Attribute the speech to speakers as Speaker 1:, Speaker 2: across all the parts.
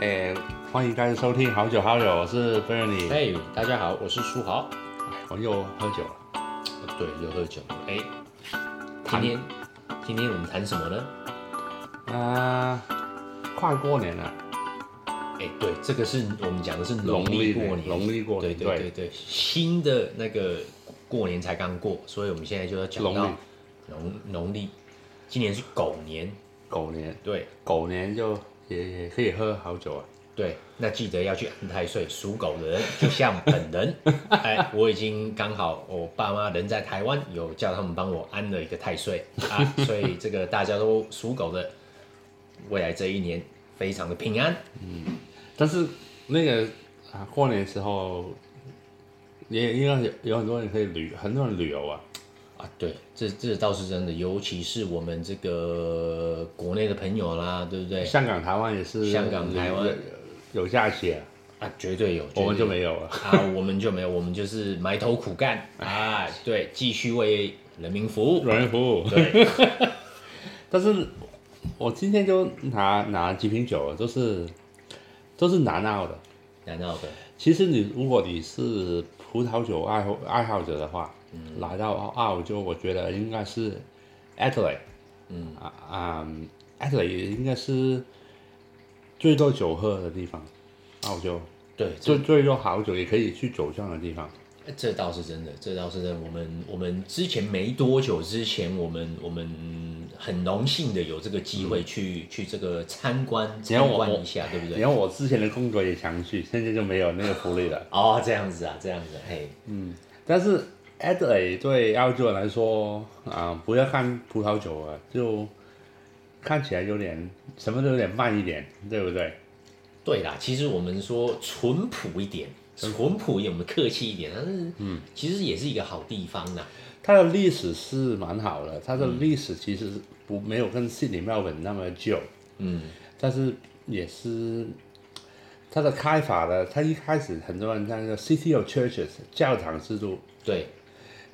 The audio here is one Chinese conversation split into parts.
Speaker 1: 哎，欢迎大家收听《好酒好友》，我是 Bernie，、
Speaker 2: 嘿、哎大家好，我是书豪。
Speaker 1: 我又喝酒了。
Speaker 2: 对，又喝酒了。哎、今天今天我们谈什么呢？
Speaker 1: 啊、快过年了，
Speaker 2: 哎、对，这个是我们讲的是
Speaker 1: 农
Speaker 2: 农
Speaker 1: 历
Speaker 2: 历
Speaker 1: 的
Speaker 2: 过年，
Speaker 1: 农历过年
Speaker 2: 对对
Speaker 1: 对
Speaker 2: 对对，新的那个过年才刚过，所以我们现在就要讲
Speaker 1: 农
Speaker 2: 到
Speaker 1: 历
Speaker 2: 农农历，今年是狗年，
Speaker 1: 狗年，
Speaker 2: 对
Speaker 1: 狗年就也也可以喝好酒啊。
Speaker 2: 对，那记得要去安太岁，属狗的人就像本 人，哎，我已经刚好我爸妈人在台湾，有叫他们帮我安了一个太岁啊， 所以这个大家都属狗的，未来这一年非常的平安，
Speaker 1: 但是那个啊，过年的时候也应该有有很多人可以旅，很多人旅游啊。
Speaker 2: 啊，对，这这倒是真的，尤其是我们这个国内的朋友啦，对不对？
Speaker 1: 香港、台湾也是，
Speaker 2: 香港台湾
Speaker 1: 有有假期啊，
Speaker 2: 啊，绝对有，
Speaker 1: 我们就
Speaker 2: 绝对
Speaker 1: 没有了。
Speaker 2: 有啊，我们就没有，我们就是埋头苦干啊，对，继续为人民服务。
Speaker 1: 软服务。
Speaker 2: 对，
Speaker 1: 但是我今天就拿拿几瓶酒，都是都是南澳的。
Speaker 2: 难道的？
Speaker 1: 其实你如果你是葡萄酒爱好爱好者的话，来到澳洲，我觉得应该是 Adelaide，嗯啊啊、a d e l a i d e 应该是最多酒喝的地方，澳洲
Speaker 2: 对，这
Speaker 1: 最最多好酒也可以去酒庄的地方。
Speaker 2: 这倒是真的，这倒是真的。我们我们之前没多久之前，我们我们很荣幸的有这个机会去、去这个参观
Speaker 1: 你看
Speaker 2: 参
Speaker 1: 嗯我
Speaker 2: 观一下，对不对？
Speaker 1: 然后我之前的工作也想去，现在就没有那个福利了。
Speaker 2: 哦，这样子啊，这样子，嘿，
Speaker 1: 但是 Adelaide 对澳洲人来说啊、不要看葡萄酒啊，就看起来有点什么都有点慢一点，对不对？
Speaker 2: 对啦，其实我们说淳朴一点，
Speaker 1: 嗯
Speaker 2: 淳朴一点，我们客气一点，但是嗯，其实也是一个好地方啦。
Speaker 1: 它的历史是蛮好的，它的历史其实不没有跟悉尼、墨尔本那么久，
Speaker 2: 嗯，
Speaker 1: 但是也是它的开发的，它一开始很多人在那个 City of Churches 教堂制度，
Speaker 2: 对，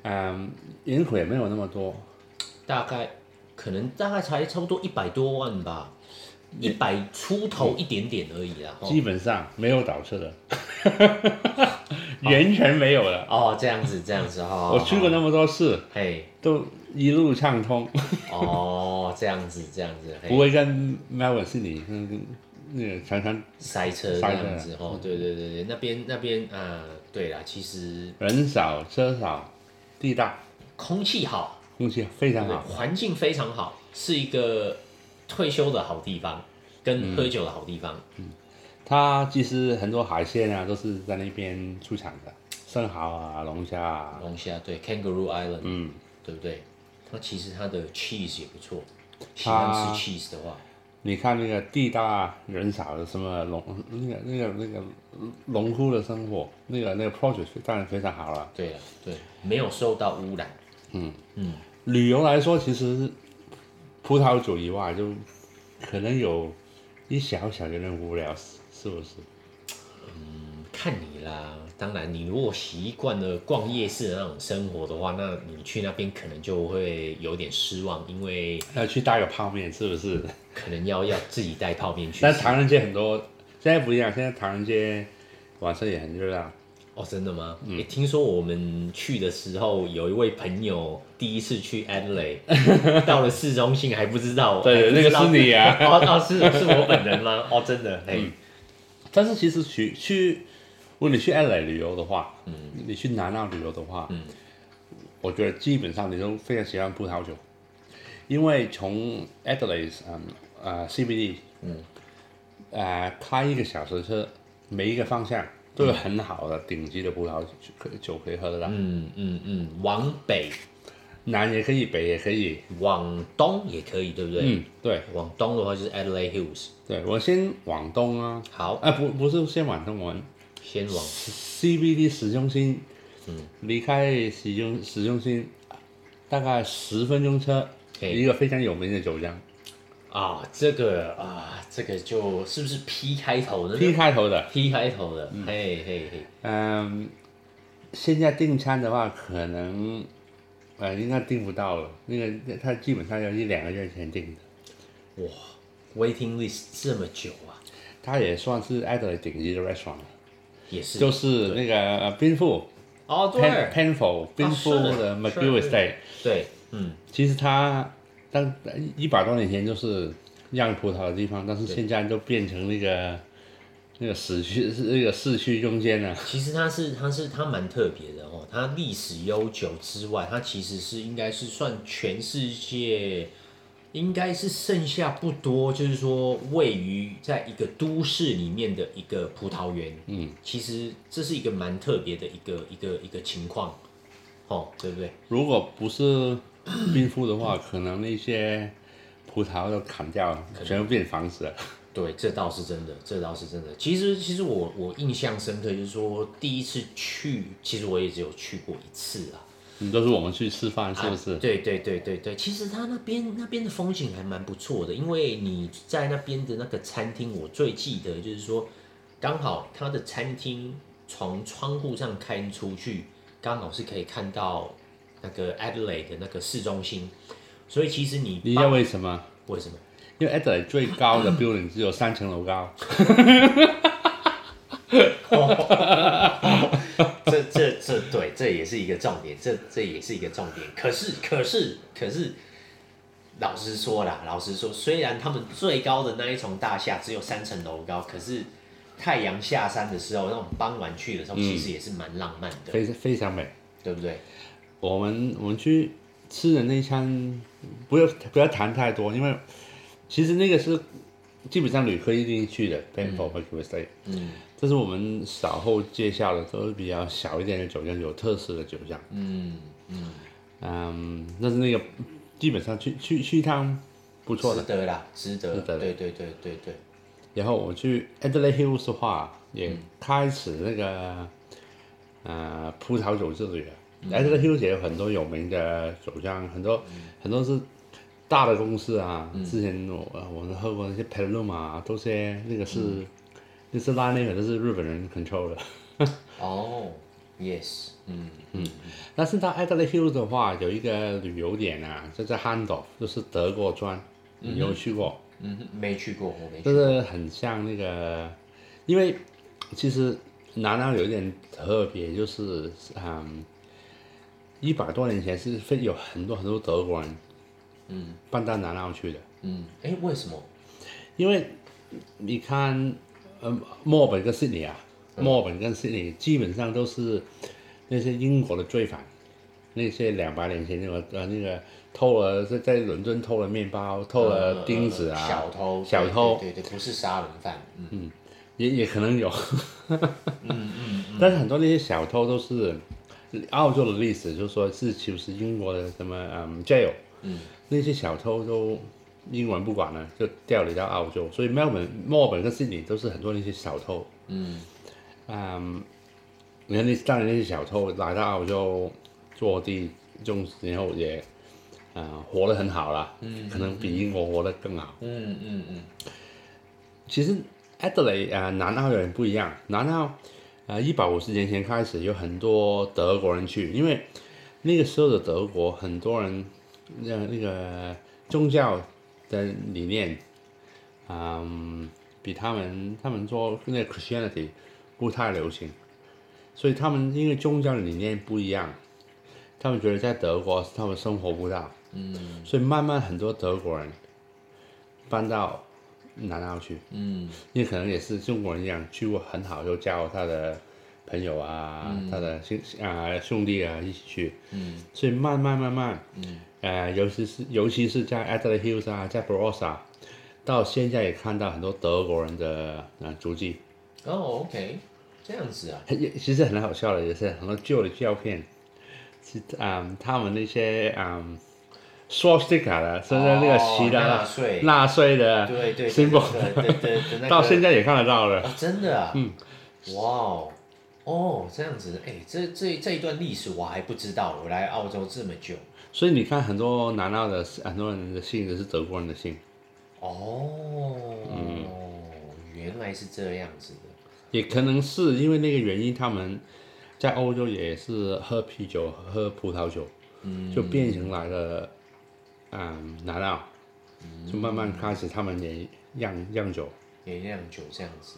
Speaker 1: 嗯，人口也没有那么多，
Speaker 2: 大概可能大概才差不多一百多万吧，一百出
Speaker 1: 嗯
Speaker 2: 头一点点而已啦。吼
Speaker 1: 基本上没有倒车的， 完全没有了。
Speaker 2: 哦，这样子，这样子哈。
Speaker 1: 我去过那么多次，
Speaker 2: 嘿，
Speaker 1: 都一路畅通，
Speaker 2: 哦，这样子，这样子，
Speaker 1: 不
Speaker 2: 嘿，
Speaker 1: 会跟 Melbourne 是你那个那个常常
Speaker 2: 塞车这
Speaker 1: 塞车
Speaker 2: 样子，哦，对对对对，那边那边，呃，对啦，其实
Speaker 1: 人少车少，地大，
Speaker 2: 空气好，
Speaker 1: 空气非常
Speaker 2: 对
Speaker 1: 好。
Speaker 2: 环境非常好，是一个退休的好地方，跟喝酒的好地方。
Speaker 1: 它其实很多海鲜啊都是在那边出产的，生蚝啊、龙虾啊，
Speaker 2: 龙虾对，Kangaroo Island，
Speaker 1: 嗯，
Speaker 2: 对不对？它其实它的 cheese 也不错，喜欢
Speaker 1: 它
Speaker 2: 吃 cheese 的话，
Speaker 1: 你看那个地大人少的什么农那个那个那个农夫的生活，那个那个 project 当然非常好了。
Speaker 2: 对了，对，没有受到污染。
Speaker 1: 旅游来说，其实葡萄酒以外，就可能有一小小有点无聊，是是不是？
Speaker 2: 看你啦，当然，你如果习惯了逛夜市的那种生活的话，那你去那边可能就会有点失望，因为
Speaker 1: 要去搭个泡面，是不 是？
Speaker 2: 可能要要自己带泡面去吃。
Speaker 1: 但唐人街很多，现在不一样，现在唐人街晚上也很热闹。
Speaker 2: 哦，真的吗？嗯、听说我们去的时候，有一位朋友第一次去 Adelaide，到了市中心还不知道。
Speaker 1: 对
Speaker 2: 还不
Speaker 1: 那
Speaker 2: 知
Speaker 1: 个
Speaker 2: 道
Speaker 1: 是你嗯啊
Speaker 2: 哦哦，是是我本人吗？哦，真的，哎、
Speaker 1: 但是其实去去，如果你去 LA 旅游的话，嗯，你去南澳旅游的话，嗯，我觉得基本上你都非常喜欢葡萄酒，因为从 Adelaide 嗯呃 CBD 嗯呃开一个小时车，每一个方向都有很好的顶级的葡萄酒可酒可以喝得到，
Speaker 2: 嗯嗯嗯，往北
Speaker 1: 南也可以，北也可以，
Speaker 2: 往东也可以，对不对？
Speaker 1: 嗯，对
Speaker 2: 往东的话就是 Adelaide Hills。
Speaker 1: 对，我先往东啊，
Speaker 2: 好，
Speaker 1: 啊不不是先往东，我
Speaker 2: 先往
Speaker 1: CBD 市中心，
Speaker 2: 嗯
Speaker 1: 离开市中市中心大概十分钟车，
Speaker 2: 嘿
Speaker 1: 一个非常有名的酒庄
Speaker 2: 啊，这个啊，这个就是不是 P 开头的呢
Speaker 1: ，P 开头的。
Speaker 2: P 开头的，嘿嘿嘿，
Speaker 1: 嗯，现在订餐的话，可能呃应该订不到了，那个它基本上要一两个月前订的。
Speaker 2: 哇，waiting list 这么久啊，
Speaker 1: 它也算是爱德的顶级的 restaurant，
Speaker 2: 也是，
Speaker 1: 就是那个呃冰库
Speaker 2: 哦，
Speaker 1: Pen
Speaker 2: 对哦
Speaker 1: Penfold 冰库
Speaker 2: 是的
Speaker 1: 的 m c g i
Speaker 2: 是
Speaker 1: l
Speaker 2: 的
Speaker 1: Estate，
Speaker 2: 对，嗯，
Speaker 1: 其实它当一百多年前就是酿葡萄的地方，但是
Speaker 2: 对
Speaker 1: 现在都变成那个那个市区是那个市区中间啊了、
Speaker 2: 其实它是它是它蛮特别的哦，它历史悠久之外，它其实是应该是算全世界。应该是剩下不多，就是说位于在一个都市里面的一个葡萄园，嗯，其实这是一个蛮特别的一个一个一个情况，哦，对不对？
Speaker 1: 如果不是冰库的话，可能那些葡萄都砍掉，全部变房子了。
Speaker 2: 对，这倒是真的，这倒是真的。其实，其实我我印象深刻，就是说第一次去，其实我也只有去过一次啊。
Speaker 1: 你都是我们去吃饭，是不是？
Speaker 2: 啊对对对对对，其实它那边那边的风景还蛮不错的，因为你在那边的那个餐厅，我最记得就是说，刚好它的餐厅从窗户上看出去，刚好是可以看到那个 Adelaide 的那个市中心，所以其实你
Speaker 1: 你知道为什么？
Speaker 2: 为什么？
Speaker 1: 因为 Adelaide 最高的 building 只有三层楼高，
Speaker 2: 这这这对，这也是一个重点，这这也是一个重点。可是可是可是，老实说啦，老实说，虽然他们最高的那一层大厦只有三层楼高，可是太阳下山的时候，那种傍晚去的时候，其
Speaker 1: 嗯
Speaker 2: 实也是蛮浪漫的，
Speaker 1: 非非常美。
Speaker 2: 对不对？
Speaker 1: 我们我们去吃的那一餐，不要不要谈太多，因为其实那个是基本上旅客一定去的 p a n f o r m a Stay。
Speaker 2: 嗯
Speaker 1: 这是我们稍后介绍的，都是比较小一点的酒酿，有特色的酒酿。
Speaker 2: 嗯嗯，
Speaker 1: 嗯，但是那个基本上去去去一趟不错
Speaker 2: 值
Speaker 1: 的。
Speaker 2: 得啦，值得，
Speaker 1: 值得
Speaker 2: 对对对对对，
Speaker 1: 然后我去 Adelaide Hills 的话，也开始那个、呃葡萄酒之旅了。Adelaide Hills 也有很多有名的酒庄，很多、很多是大的公司啊。之前我呃我们喝过那些 p e l u m 啊，都是那个是、那是拉那个都是日本人 control 的。
Speaker 2: 哦，yes，嗯嗯，
Speaker 1: 但是到 Adelaide Hills 的话，有一个旅游点啊，就在 Handorf，就是德国专，你有去过？
Speaker 2: 嗯哼，没去过，我没去
Speaker 1: 就
Speaker 2: 过，
Speaker 1: 是很像那个，因为其实南澳有一点特别，就是嗯，一百多年前是非有很多很多德国人，
Speaker 2: 嗯，
Speaker 1: 搬到南澳去的，
Speaker 2: 嗯，哎，为什么？
Speaker 1: 因为你看，呃，墨尔本跟悉尼啊，墨尔本跟悉尼基本上都是那些英国的罪犯，那些两百年前那个呃那个偷了在在伦敦偷了面包，偷
Speaker 2: 嗯
Speaker 1: 了钉子啊，
Speaker 2: 呃小偷，
Speaker 1: 小偷
Speaker 2: 对对对，对不是杀人犯，嗯
Speaker 1: 也也可能有，
Speaker 2: 嗯
Speaker 1: 但是很多那些小偷都是澳洲的历史，就是说是其实英国的什么嗯 jail，
Speaker 2: 嗯
Speaker 1: 那些小偷都英文不管了，就调离到澳洲，所以墨尔本、墨尔本跟悉尼都是很多那些小偷，
Speaker 2: 嗯
Speaker 1: 嗯，你看那当然那些小偷来到澳洲做地种，然后也啊、呃活得很好啦，
Speaker 2: 嗯
Speaker 1: 可能比英国活得更好。
Speaker 2: 嗯嗯嗯，
Speaker 1: 其实 Adelaide 啊、呃，南澳有点不一样。南澳啊，一百五十年前开始有很多德国人去，因为那个时候的德国很多人那那个宗教的理念，嗯，比他们他们说那个 Christianity 不太流行，所以他们因为宗教的理念不一样，他们觉得在德国他们生活不到，
Speaker 2: 嗯
Speaker 1: 所以慢慢很多德国人搬到南澳去。
Speaker 2: 嗯
Speaker 1: 也可能也是中国人一样，去过很好就叫他的朋友啊、他的兄啊、兄弟啊一起去，
Speaker 2: 嗯
Speaker 1: 所以慢慢慢慢，
Speaker 2: 嗯
Speaker 1: 呃，尤其是尤其是在 Adelaide Hills 啊，在 Barossa，、到现在也看到很多德国人的呃足迹，
Speaker 2: 哦，OK，这样子啊，
Speaker 1: 很也其实很好笑的，也是很多旧的照片，是啊、他们那些啊。嗯 s w a s t i k a 的，甚至那个
Speaker 2: 哦
Speaker 1: 希
Speaker 2: 纳
Speaker 1: 腊
Speaker 2: 粹
Speaker 1: 纳粹的
Speaker 2: 对对，对
Speaker 1: symbol，
Speaker 2: 对对对对，那
Speaker 1: 到
Speaker 2: 个
Speaker 1: 现在也看得到了。
Speaker 2: 啊，真的啊，嗯，哇哦。哦，这样子，哎，这这这一段历史我还不知道，我来澳洲这么久，
Speaker 1: 所以你看，很多南澳的呃很多人的姓都是德国人的姓，
Speaker 2: 哦，原来是这样子的，
Speaker 1: 也可能是因为那个原因，他们在欧洲也是喝啤酒、喝葡萄酒，
Speaker 2: 嗯
Speaker 1: 就变成来了，嗯，南澳，就慢慢开始他们也酿酿酒，
Speaker 2: 连酿酒这样子。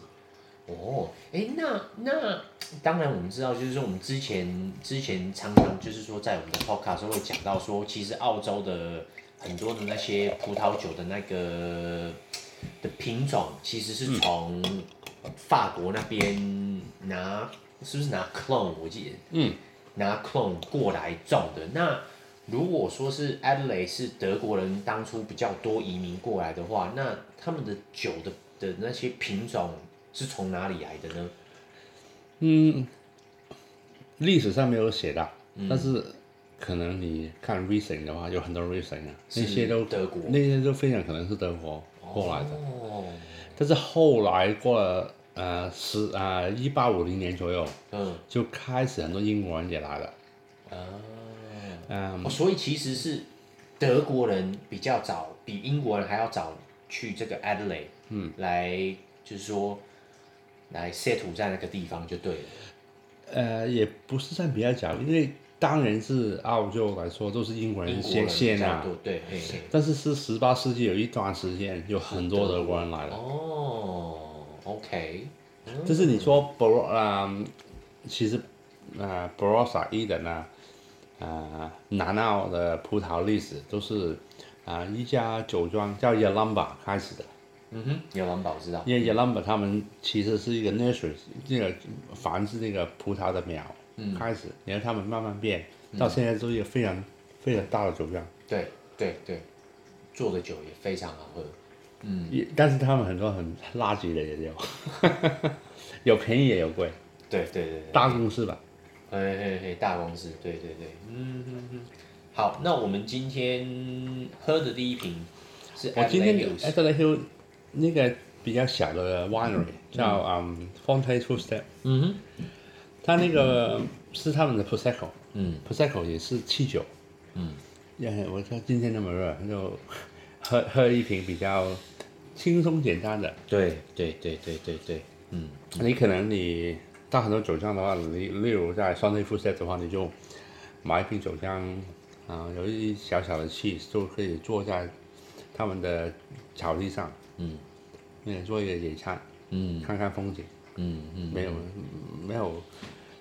Speaker 2: 哦，哎，那那当然我们知道，就是说我们之前之前常常就是说在我们的 podcast 中会讲到说，其实澳洲的很多的那些葡萄酒的那个的品种，其实是从法国那边拿，是不是拿 clone？我记得，
Speaker 1: 嗯，
Speaker 2: 拿 clone 过来种的。那如果说是 Adelaide 是德国人当初比较多移民过来的话，那他们的酒的的那些品种是从哪里来的呢？
Speaker 1: 历史上没有写到，
Speaker 2: 嗯
Speaker 1: 但是可能你看 Riesling 的话，有很多 Riesling 啊，
Speaker 2: 是
Speaker 1: 那些都
Speaker 2: 德国
Speaker 1: 那些都非常可能是德国过来的。
Speaker 2: 哦，
Speaker 1: 但是后来过了呃十啊一八五零年左右，
Speaker 2: 嗯
Speaker 1: 就开始很多英国人也来了。
Speaker 2: 啊、
Speaker 1: 嗯，
Speaker 2: 哦，所以其实是德国人比较早，比英国人还要早去这个 Adelaide，嗯，来就是说来 settle 在那个地方就对了。
Speaker 1: 呃，也不是算比较早，因为当然是澳洲来说都是英国人
Speaker 2: 英国人
Speaker 1: 先
Speaker 2: 比
Speaker 1: 先
Speaker 2: 较
Speaker 1: 啊，
Speaker 2: 多，对，嘿嘿。
Speaker 1: 但是是十八世纪有一段时间有很多德国人来了。
Speaker 2: 哦，OK，
Speaker 1: 但是你说 Bro 啊、其实啊 b r o s a 伊的呢，啊南澳的葡萄历史都是啊、一家酒庄叫 Yalamba 开始的，
Speaker 2: 嗯哼，牛郎宝知道，
Speaker 1: 因为 Yalamba 他们其实是一个 nursery，那个繁殖那个葡萄的苗、开始，然后他们慢慢变，到现在都一个非常非常大的酒庄。
Speaker 2: 对对对，做的酒也非常好喝。
Speaker 1: 也但是他们很多很垃圾的也有， 有便宜也有贵，
Speaker 2: 对对对对，
Speaker 1: 大公司吧。
Speaker 2: 嘿嘿嘿，大公司，对对对，嗯嗯嗯。好，那我们今天喝的第一瓶是
Speaker 1: 我今天有哎
Speaker 2: Adelaide Goose
Speaker 1: Adelaide Hill 那个比较小的 winery 叫嗯 Fonte Two Step，
Speaker 2: 嗯哼，
Speaker 1: 它那个是他们的 prosecco，
Speaker 2: 嗯
Speaker 1: ，prosecco 也是气酒，嗯，我说今天那么热，就喝喝一瓶比较轻松简单的。
Speaker 2: 对对对对对对，嗯
Speaker 1: 你可能你到很多酒庄的话，你例如在双内副 set 的话，你就买一瓶酒浆啊、有一小小的气就可以坐在他们的草地上，
Speaker 2: 嗯，
Speaker 1: 那个做一个野餐，
Speaker 2: 嗯
Speaker 1: 看看风景，
Speaker 2: 嗯嗯，
Speaker 1: 没有没有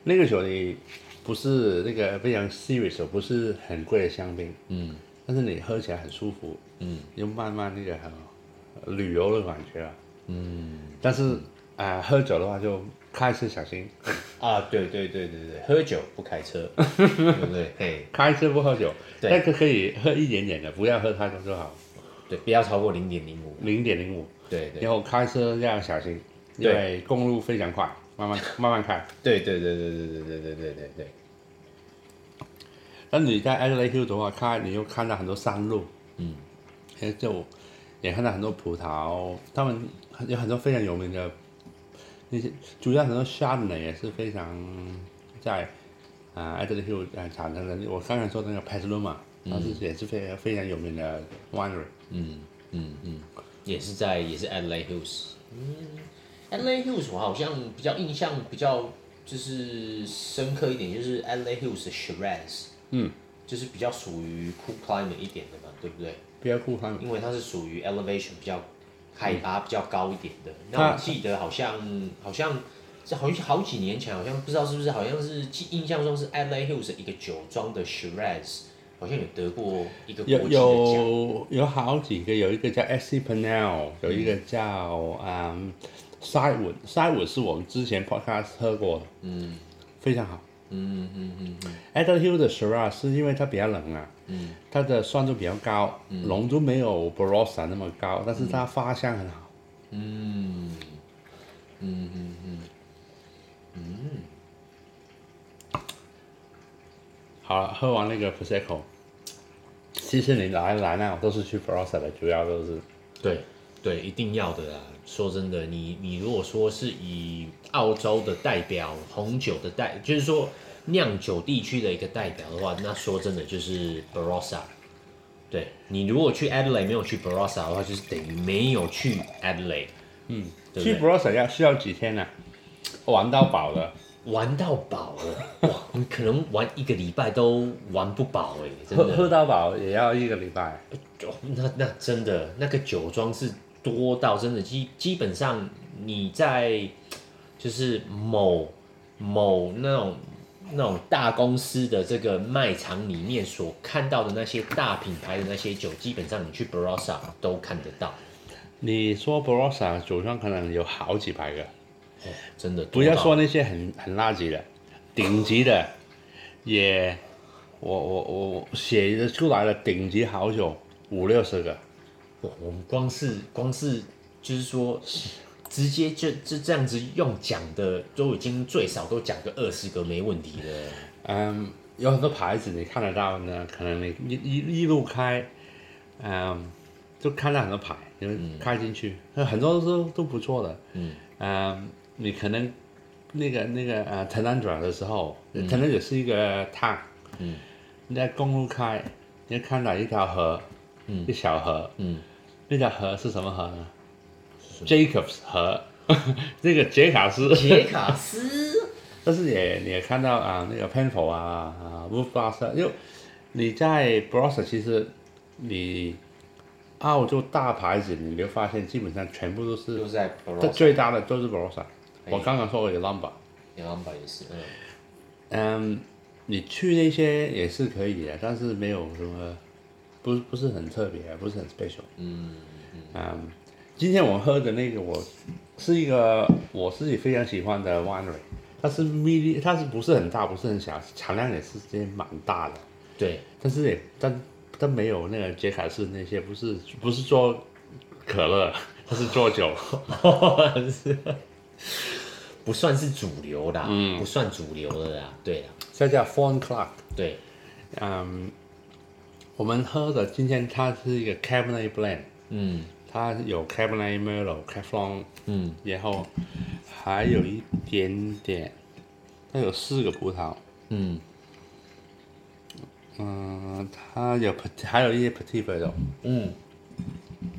Speaker 1: 那个酒你不是那个非常 serious，的不是很贵的香槟，
Speaker 2: 嗯，
Speaker 1: 但是你喝起来很舒服，
Speaker 2: 嗯，
Speaker 1: 又慢慢那个很旅游的感觉啊，嗯，但是啊、喝酒的话就开车小心。
Speaker 2: 啊，对对对对对，喝酒不 开车，对不对？嘿，
Speaker 1: 开车不喝酒，
Speaker 2: 对
Speaker 1: 但可可以喝一点点的，不要喝太多就好，
Speaker 2: 对，不要超过零点零五，
Speaker 1: 零点零五。
Speaker 2: 对对
Speaker 1: 然后开车要小心，因
Speaker 2: 对
Speaker 1: 为公路非常快，慢慢慢慢开。
Speaker 2: 对对对对对对对对对对对。
Speaker 1: 那你在 Adelaide Hill 的话，开你又看到很多山路，
Speaker 2: 嗯，
Speaker 1: 哎就也看到很多葡萄，他们有很多非常有名的那些，主要很多 Chardonnay 也是非常在啊、Adelaide Hill 呃产生的。我刚才说的那个 Petaluma，它是也是非常非常有名的 winery。
Speaker 2: 嗯嗯嗯，也是在也是 Adelaide Hills。嗯，Adelaide Hills 我好像比较印象比较就是深刻一点，就是 Adelaide Hills 的 Shiraz。
Speaker 1: 嗯，
Speaker 2: 就是比较属于 cool climate 一点的嘛，对不对？
Speaker 1: 比较酷他们。
Speaker 2: 因为它是属于 elevation 比较海拔比较高一点的。那
Speaker 1: 它
Speaker 2: 我记得好像好像这好像好几年前，好像不知道是不是，好像是记印象中是 Adelaide Hills 的一个酒庄的 Shiraz，好像有得过一个国
Speaker 1: 有
Speaker 2: 际的奖。
Speaker 1: 有有好几个，有一个叫 S C Panel，有一个叫嗯 s i d e w o o d s i d e w o o d 是我们之前 podcast 喝过的，嗯，非常好。
Speaker 2: 嗯嗯嗯嗯
Speaker 1: Adler Hill 的 Shiraz 是因为它比较冷啊，嗯，它的酸度比较高，
Speaker 2: 嗯
Speaker 1: 浓度没有 Barossa 那么高，但是它发香很好。
Speaker 2: 嗯嗯嗯嗯，
Speaker 1: 好了，喝完那个 Prosecco，其实你来来那都是去 Barossa 的，主要都是
Speaker 2: 对对，一定要的啦。啊说真的，你你如果说是以澳洲的代表红酒的代，就是说酿酒地区的一个代表的话，那说真的就是 Barossa。对你如果去 Adelaide 没有去 Barossa 的话，就是等于没有去 Adelaide，对不
Speaker 1: 去
Speaker 2: 对
Speaker 1: Barossa 要需要几天呢、玩到饱的。
Speaker 2: 玩到饱了，哇，你可能玩一个礼拜都玩不饱哎、真
Speaker 1: 喝
Speaker 2: 的。
Speaker 1: 喝到饱也要一个礼拜，
Speaker 2: 哦，那那真的那个酒庄是多到真的基基本上你在就是某某那种那种大公司的这个卖场里面所看到的那些大品牌的那些酒，基本上你去 Barossa 都看得到，
Speaker 1: 你说 Barossa 酒庄可能有好几百个，
Speaker 2: 哦，真的
Speaker 1: 不
Speaker 2: 多到
Speaker 1: 要说那些很很垃圾的，顶级的也，我我我我写的出来的顶级好酒五六十个，
Speaker 2: 哇，我们光是光是就是说，直接就就这样子用讲的，都已经最少都讲个二十个没问题了。
Speaker 1: 嗯，有很多牌子你看得到呢，可能你一一一路开，嗯，就看到很多牌，你就开进去，那很多都都不错的，
Speaker 2: 嗯
Speaker 1: 嗯，你可能那个那个呃 t e n a n d r a 的时候 t e n a n d r a 是一个 town，
Speaker 2: 嗯，
Speaker 1: 你在公路开，你就看到一条河，
Speaker 2: 嗯
Speaker 1: 一小河，
Speaker 2: 嗯，
Speaker 1: 那条河是什么河呢
Speaker 2: 是
Speaker 1: ？Jacobs 河， 那个杰卡斯，
Speaker 2: 杰卡斯，
Speaker 1: 但是也你也看到啊，那个 Penfold 啊啊 w o l f b l a s t e r 因为你在 b r o s s e r 其实你澳洲大牌子，你就发现基本上全部都是
Speaker 2: 就，在
Speaker 1: 它
Speaker 2: Barossa，
Speaker 1: 最大的都是 b r o s s e r
Speaker 2: 哎
Speaker 1: 我刚刚说我有 Lumber，
Speaker 2: 杨老板也是，嗯，
Speaker 1: 嗯，你去那些也是可以的，但是没有什么，不不是很特别，不是很 special。嗯嗯，今天我喝的那个我是一个我自己非常喜欢的 winery，它是 mini，它是不是很大，不是很小，产量也是也蛮大的，
Speaker 2: 对，
Speaker 1: 但是也但但没有那个杰卡士那些，不是不是做可乐，它是做酒。
Speaker 2: 不算是主流啦，嗯，不算主流的啦，对啦，
Speaker 1: 这叫 f o n Clark。
Speaker 2: 对，
Speaker 1: 嗯，我们喝的今天它是一个 Cabernet Blend。
Speaker 2: 嗯
Speaker 1: 它有 Cabernet Merlot、c a f l o n
Speaker 2: 嗯
Speaker 1: 然后还有一点点，它有四个葡萄，
Speaker 2: 嗯
Speaker 1: 嗯，它有 Petit- 还有一些 Petit Verdot，
Speaker 2: 嗯。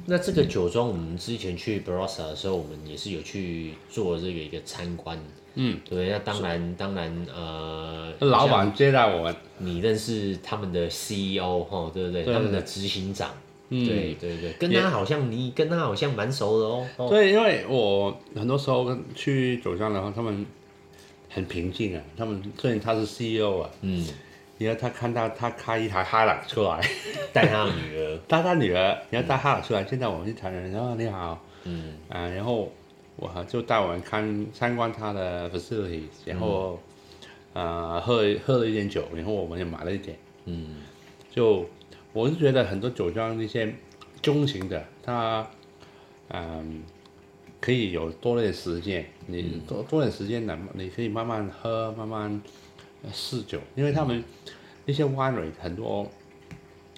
Speaker 2: 那这个酒庄，我们之前去 Barossa 的时候，我们也是有去做这个一个参观，
Speaker 1: 嗯，
Speaker 2: 对，那当然当然，呃，
Speaker 1: 老板接待我们，
Speaker 2: 你认识他们的 CEO 哈，对不对？
Speaker 1: 对
Speaker 2: 他们的执行长，
Speaker 1: 嗯
Speaker 2: 对对对，跟
Speaker 1: 也
Speaker 2: 他好像你跟他好像蛮熟的哦。哦
Speaker 1: 对，因为我很多时候跟去酒庄的话，他们很平静啊，他们虽然他是 CEO 啊，
Speaker 2: 嗯，
Speaker 1: 然后他看到他开一台哈兰出来，
Speaker 2: 带他女儿，
Speaker 1: 他他女儿，然后带哈兰出来见到我们一台人，然后你好，
Speaker 2: 嗯
Speaker 1: 啊，然后我还就带我们看参观他的 facility，然后、呃喝了喝了一点酒，然后我们也买了一点。
Speaker 2: 嗯
Speaker 1: 就我是觉得很多酒庄那些中型的，它嗯可以有多点时间，你多多点时间呢，你可以慢慢喝，慢慢呃试酒，因为他们那些 winery 很多，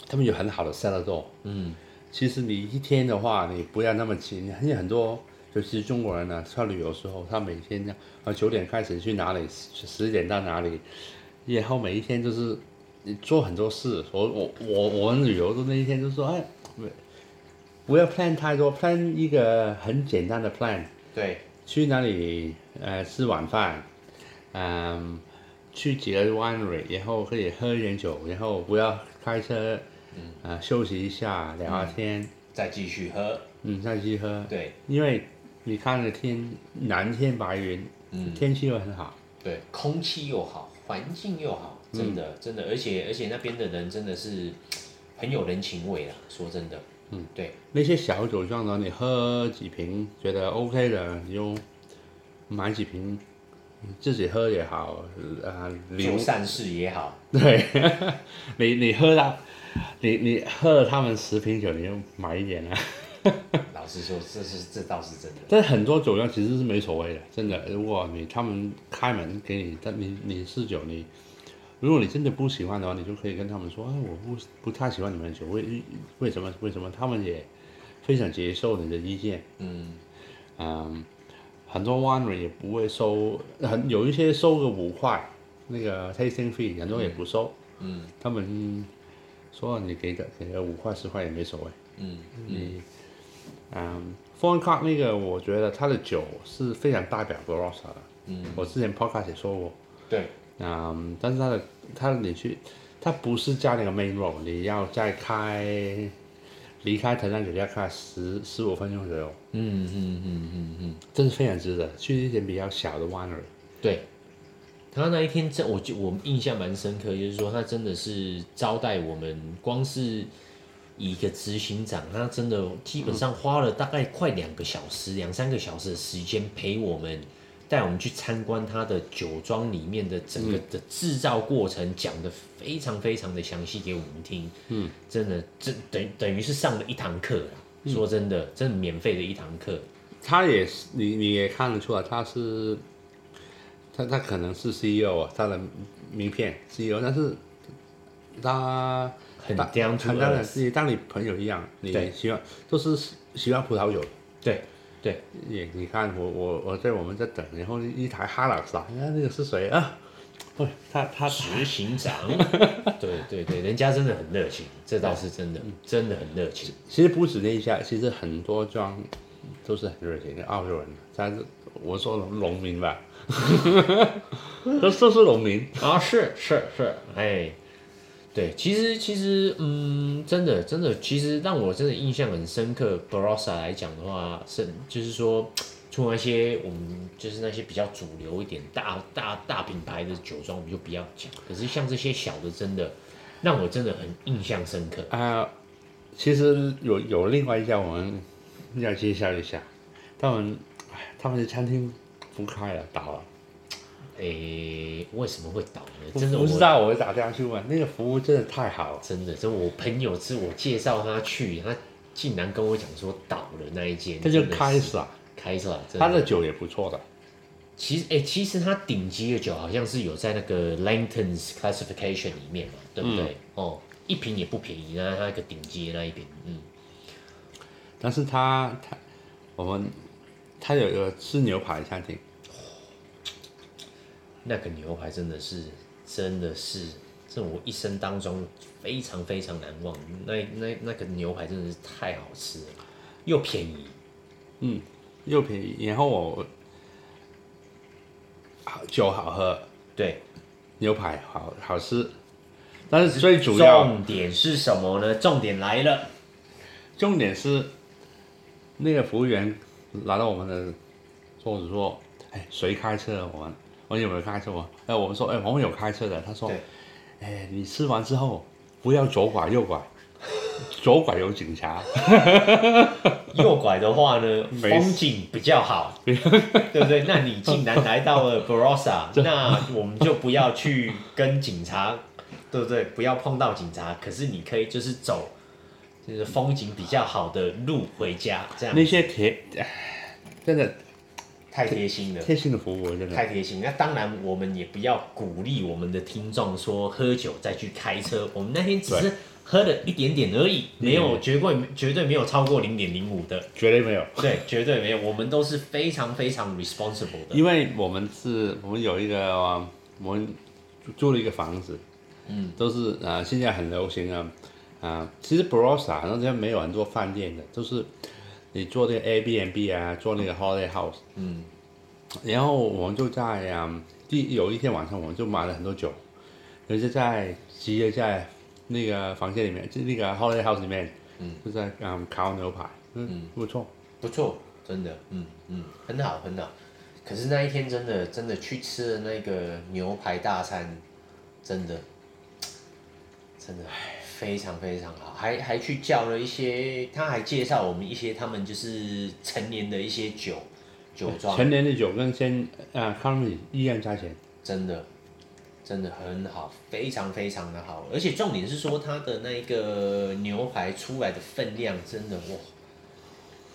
Speaker 1: 他们有很好的 s a l a d o
Speaker 2: 嗯
Speaker 1: 其实你一天的话，你不要那么勤，因为很多尤其是中国人呢、啊，他旅游的时候，他每天呢，啊九点开始去哪里，十十点到哪里，然后每一天就是你做很多事。我我我我们旅游的那一天就说，哎，不不要 plan 太多，plan 一个很简单的 plan，
Speaker 2: 对，
Speaker 1: 去哪里呃吃晚饭，嗯，去几个 winery，然后可以喝一点酒，然后不要开车，呃休息一下聊下天，
Speaker 2: 再继续喝，
Speaker 1: 嗯再去喝，
Speaker 2: 对
Speaker 1: 因为你看着天蓝天白云，天气又很好，
Speaker 2: 对，空气又好，环境又好，真的、真的，而且而且那边的人真的是很有人情味啦，说真的，嗯，对，
Speaker 1: 那些小酒庄呢，你喝几瓶觉得 OK 的，你就买几瓶自己喝也好，啊、礼
Speaker 2: 做
Speaker 1: 物
Speaker 2: 善事也好，
Speaker 1: 对，你你喝了，你你喝了他们十瓶酒，你就买一点啊。
Speaker 2: 老实说，这是这倒是真的，
Speaker 1: 但很多酒量其实是没所谓的，真的。如果你他们开门给你，但你你试酒，你如果你真的不喜欢的话，你就可以跟他们说，哎，我不不太喜欢你们的酒，为为什么为什么？他们也非常接受你的意见。
Speaker 2: 嗯。
Speaker 1: 嗯，很多 winery 也不会收，很有一些收个五块那个 tasting fee，很多也不收。
Speaker 2: 嗯，
Speaker 1: 他们说啊你给个给个五块十块也没所谓。
Speaker 2: 嗯，
Speaker 1: 你嗯 f o n c a r 那个我觉得它的酒是非常代表 b r o s a 的。
Speaker 2: 嗯，
Speaker 1: 我之前 podcast 也说过。
Speaker 2: 对，
Speaker 1: 嗯，但是它的它的你去，它不是在那个 main road，你要再开离开藤山酒家看十十五分钟左右，
Speaker 2: 嗯嗯嗯嗯嗯，
Speaker 1: 真是非常值得。去一点比较小的湾而已。
Speaker 2: 对。他那一天真，我就我印象蛮深刻，就是说他真的是招待我们，光是一个执行长，他真的基本上花了大概快两个小时、两三个小时的时间陪我们，带我们去参观他的酒庄里面的整个的制造过程，讲的非常非常的详细给我们听。嗯，真的，这等等于是上了一堂课啦。说真的，真的免费的一堂课。
Speaker 1: 他也是，你你也看得出来，他是他他可能是 CEO 啊，他的名片 CEO，但是他
Speaker 2: 很
Speaker 1: 当
Speaker 2: down to
Speaker 1: 很当然
Speaker 2: earth
Speaker 1: 是当你朋友一样，你
Speaker 2: 对
Speaker 1: 喜欢都是喜欢葡萄酒的。
Speaker 2: 对对，
Speaker 1: 也你看我我我在我们在等，然后一台哈老师啊，哎那个是谁啊？不是他他
Speaker 2: 执行长，对对对，人家真的很热情，这倒是真的，真的很热情。
Speaker 1: 其实不止这一家，其实很多庄都是很热情的澳洲人，但是我说农农民吧， 都都是农民。
Speaker 2: 啊，是是是，哎，对，其实其实，嗯，真的真的，其实让我真的印象很深刻。Barossa 来讲的话，是就是说，除了一些我们就是那些比较主流一点、大大大品牌的酒庄，我们就不要讲。可是像这些小的，真的让我真的很印象深刻。
Speaker 1: 啊、其实有有另外一家我们要介绍一下，他们哎他们的餐厅不开了，倒了。
Speaker 2: 哎，为什么会倒呢？
Speaker 1: 我
Speaker 2: 真的
Speaker 1: 不知
Speaker 2: 我
Speaker 1: 道，我打电话去问，那个服务真的太好了。
Speaker 2: 真的，这我朋友是我介绍他去，他竟然跟我讲说倒了那一间，
Speaker 1: 这就
Speaker 2: 真的是
Speaker 1: 开始了，
Speaker 2: 开始了。真
Speaker 1: 哎他的酒也不错的。
Speaker 2: 其实哎、其实他顶级的酒好像是有在那个 Langton's classification 里面嘛，对不对？
Speaker 1: 嗯
Speaker 2: 哦，一瓶也不便宜，那他那个顶级的那一瓶，嗯，
Speaker 1: 但是他他我们他有有吃牛排餐厅，
Speaker 2: 那个牛排真的是，真的是，这我一生当中非常非常难忘。那那那个牛排真的是太好吃了，又便宜，
Speaker 1: 又便宜，然后我好酒好喝，
Speaker 2: 对。
Speaker 1: 牛排好好吃，但是最主要
Speaker 2: 重点是什么呢？重点来了，
Speaker 1: 重点是那个服务员拿到我们的桌子说：“哎，谁开车的？我们我们有没有开车？我哎，我们说哎，我们有开车的。”他说
Speaker 2: 对：“
Speaker 1: 哎，你吃完之后不要左拐右拐，左拐有警察。”
Speaker 2: 右拐的话呢，
Speaker 1: 没
Speaker 2: 风景比 较好，对不对？那你竟然来到了 Barossa，那我们就不要去跟警察，对不对？不要碰到警察，可是你可以就是走，就是风景比较好的路回家，这样
Speaker 1: 那些贴，哎真的
Speaker 2: 太贴心了。
Speaker 1: 贴心的服务，真的
Speaker 2: 太贴心。那当然，我们也不要鼓励我们的听众说喝酒再去开车。我们那天只是喝了一点点而已，
Speaker 1: 嗯
Speaker 2: 没有绝对绝对没有超过零点零五的，
Speaker 1: 绝对没有。
Speaker 2: 对，绝对没有。我们都是非常非常 responsible 的。
Speaker 1: 因为我们是，我们有一个，呃我们租了一个房子，嗯，都是呃，现在很流行啊，啊，其实 Barossa 那边没有很多饭店的，就是你做那个 Airbnb 啊，做那个 Holiday House，嗯，然后我们就在啊，第有一天晚上我们就买了很多酒，然后就在直接在那个房间里面，就那个 Holiday House 里面，嗯，就在嗯烤牛排，嗯，不错，
Speaker 2: 不错，真的，嗯嗯，很好很好。可是那一天真的真的去吃了那个牛排大餐，真的，真的非常非常好，还还去叫了一些，他还介绍我们一些他们就是成年的一些酒酒庄，
Speaker 1: 成年的酒跟先啊康米一样价钱。
Speaker 2: 真的真的很好，非常非常的好，而且重点是说它的那个牛排出来的分量真的哇，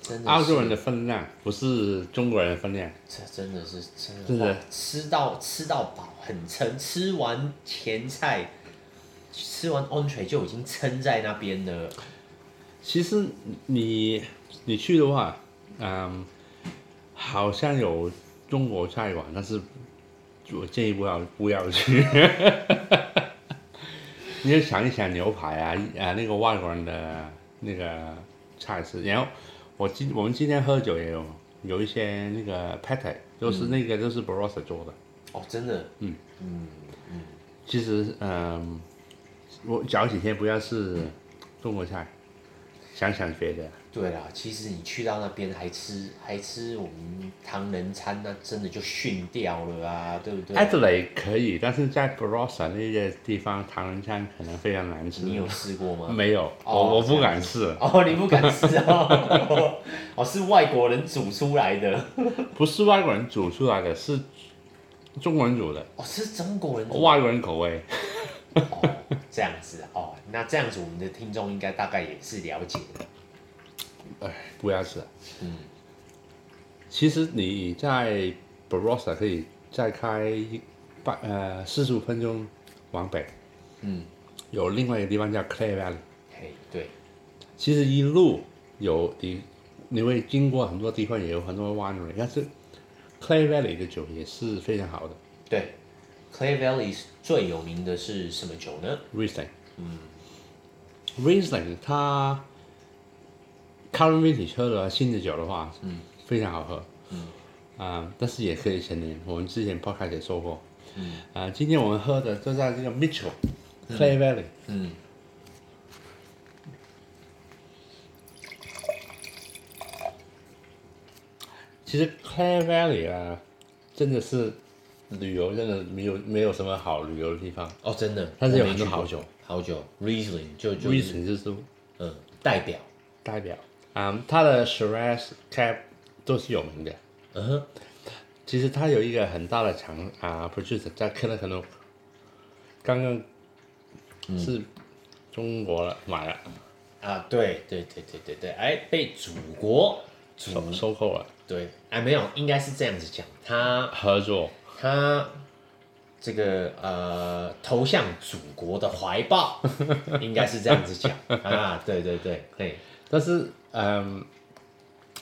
Speaker 2: 真的
Speaker 1: 澳
Speaker 2: 是
Speaker 1: 洲人的分量不是中国人的分量，
Speaker 2: 这真的是真的
Speaker 1: 真的
Speaker 2: 哇吃到吃到饱，很撑。吃完前菜，吃完 entree 就已经撑在那边了。
Speaker 1: 其实你你去的话，嗯，好像有中国菜馆，但是我建议不要不要去。 你就想一想牛排啊啊那个外国人的那个菜式，然后我今我们今天喝酒也有有一些那个 p a t e 就是那个就是 Barossa 做的。
Speaker 2: 哦，真的，
Speaker 1: 其实嗯，我早几天不要是中国菜，想想觉得，
Speaker 2: 对啦，其实你去到那边还吃还吃我们唐人餐，那真的就逊掉了啊，对不对？
Speaker 1: Adelaide 可以，但是在 Barossa 那些地方，唐人餐可能非常难吃。
Speaker 2: 你有试过吗？
Speaker 1: 没有，
Speaker 2: 哦
Speaker 1: 我我不敢试。
Speaker 2: 哦，你不敢吃哦， 哦是外国人煮出来的，
Speaker 1: 不是外国人煮出来的，是中国人煮的，
Speaker 2: 哦是中国人煮
Speaker 1: 外国人口味。
Speaker 2: 哦，这样子哦，那这样子我们的听众应该大概也是了解的，
Speaker 1: 哎，不要吃。
Speaker 2: 嗯，
Speaker 1: 其实你在 Barossa 可以再开一半呃四十五分钟往北，
Speaker 2: 嗯，
Speaker 1: 有另外一个地方叫 Clare Valley。
Speaker 2: 嘿，对，
Speaker 1: 其实一路有你你会经过很多地方，也有很多 winery，但是 Clare Valley 的酒也是非常好的
Speaker 2: 对，Clay Valley 最有名的是什么酒呢？
Speaker 1: Riesling。嗯，Riesling 它 current vintage 喝的新的酒的话，嗯，非常好喝。嗯，啊、但是也可以陈年，我们之前 podcast 也说过。嗯，啊、今天我们喝的就在这个 Mitchell Clare Valley，、
Speaker 2: 嗯，
Speaker 1: 其实 Clare Valley 啊，真的是旅游真的没有没有什么好旅游的地方。
Speaker 2: 哦，真的，
Speaker 1: 但是有
Speaker 2: 我没
Speaker 1: 很多
Speaker 2: 去过
Speaker 1: 好酒，
Speaker 2: 好酒 Riesling 就就是
Speaker 1: Reason 就是
Speaker 2: 嗯代表，
Speaker 1: 代表，嗯，它的 Shiraz Cab 都是有名的。
Speaker 2: 嗯哼，
Speaker 1: 其实它有一个很大的厂啊、p r o d u c e r 在 Killarney，刚刚是中国了买了
Speaker 2: 啊，对对对对对对，哎，被祖国祖
Speaker 1: 收收购了
Speaker 2: 对，哎，没有，应该是这样子讲，他
Speaker 1: 合作，
Speaker 2: 他这个呃投向祖国的怀抱，应该是这样子讲啊，对对对，嘿，
Speaker 1: 但是嗯，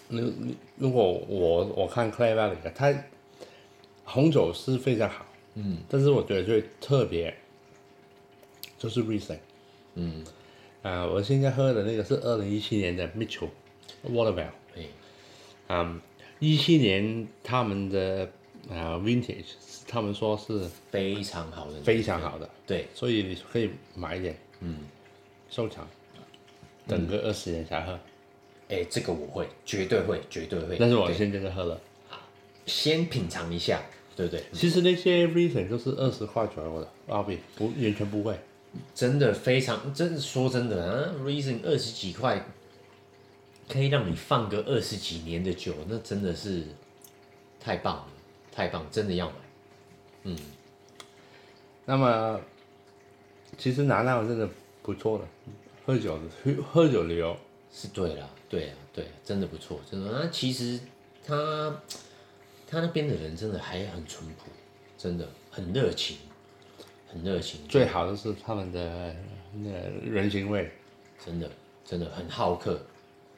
Speaker 1: 如如如果我我看 Clare Valley，的它红酒是非常好，嗯，但是我觉得最特别就是 Reason，
Speaker 2: 嗯，
Speaker 1: 啊、我现在喝的那个是二零一七年的 Mitchell Watermelon。
Speaker 2: 嘿，
Speaker 1: 嗯，一七年他们的啊、呃 vintage，他们说是
Speaker 2: 非常好的，
Speaker 1: 非常好的，
Speaker 2: 对，
Speaker 1: 所以你可以买一点，嗯，收藏，
Speaker 2: 嗯
Speaker 1: 等个二十年才喝。
Speaker 2: 哎，这个我会，绝对会，绝对会，
Speaker 1: 但是我
Speaker 2: 对
Speaker 1: 现在就喝了。
Speaker 2: 先品尝一下，对不对？
Speaker 1: 其实那些 reason 都是二十块左右的澳币，不完全不贵。
Speaker 2: 真的非常，真的说真的啊，Reason 二十几块，可以让你放个二十几年的酒，那真的是太棒了，太棒，真的要买。
Speaker 1: 那么，其实南澳真的不错的，喝酒的喝酒旅游，
Speaker 2: 是对啦，对啊，对啊，真的不错，真的。那其实他他那边的人真的还很淳朴，真的很热情，很热情，
Speaker 1: 最好的是他们的那个人情味，
Speaker 2: 真的真的很好客。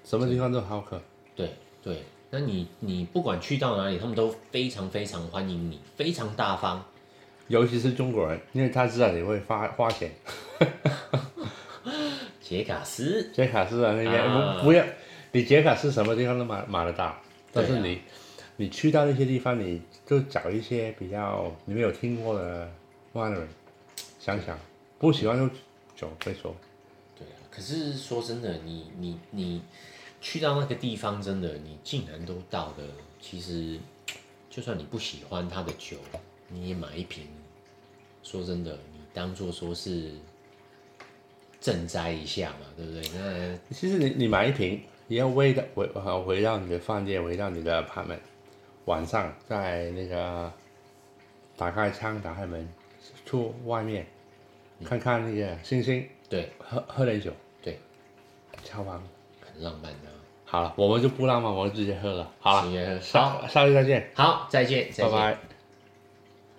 Speaker 1: 什么地方都好喝。
Speaker 2: 对对，那你你不管去到哪里，他们都非常非常欢迎你，非常大方。
Speaker 1: 尤其是中国人，因为他知道你会花花钱。
Speaker 2: 杰卡斯，
Speaker 1: 杰卡斯啊那边、
Speaker 2: 啊
Speaker 1: 不不要，你杰卡斯什么地方都买买得到，但是
Speaker 2: 对啊
Speaker 1: 你、你去到那些地方，你就找一些比较你没有听过的 winery，想想不喜欢就走再说。
Speaker 2: 对啊，可是说真的，你你你去到那个地方，真的你竟然都到了，其实就算你不喜欢他的酒，你也买一瓶。说真的，你当做说是赈灾一下嘛，对不对？那
Speaker 1: 其实你你买一瓶，你要回到回呃回到你的饭店，回到你的 apartment，晚上在那个打开窗打开门，出外面看看那个星星，
Speaker 2: 对
Speaker 1: 喝喝点酒，
Speaker 2: 对，
Speaker 1: 超棒。
Speaker 2: 很浪漫的、啊。
Speaker 1: 好了，我们就不浪漫，我们直接喝了。好了，
Speaker 2: 直接喝
Speaker 1: 下下次再见，
Speaker 2: 好，再见，再
Speaker 1: 拜
Speaker 2: 见，
Speaker 1: 拜。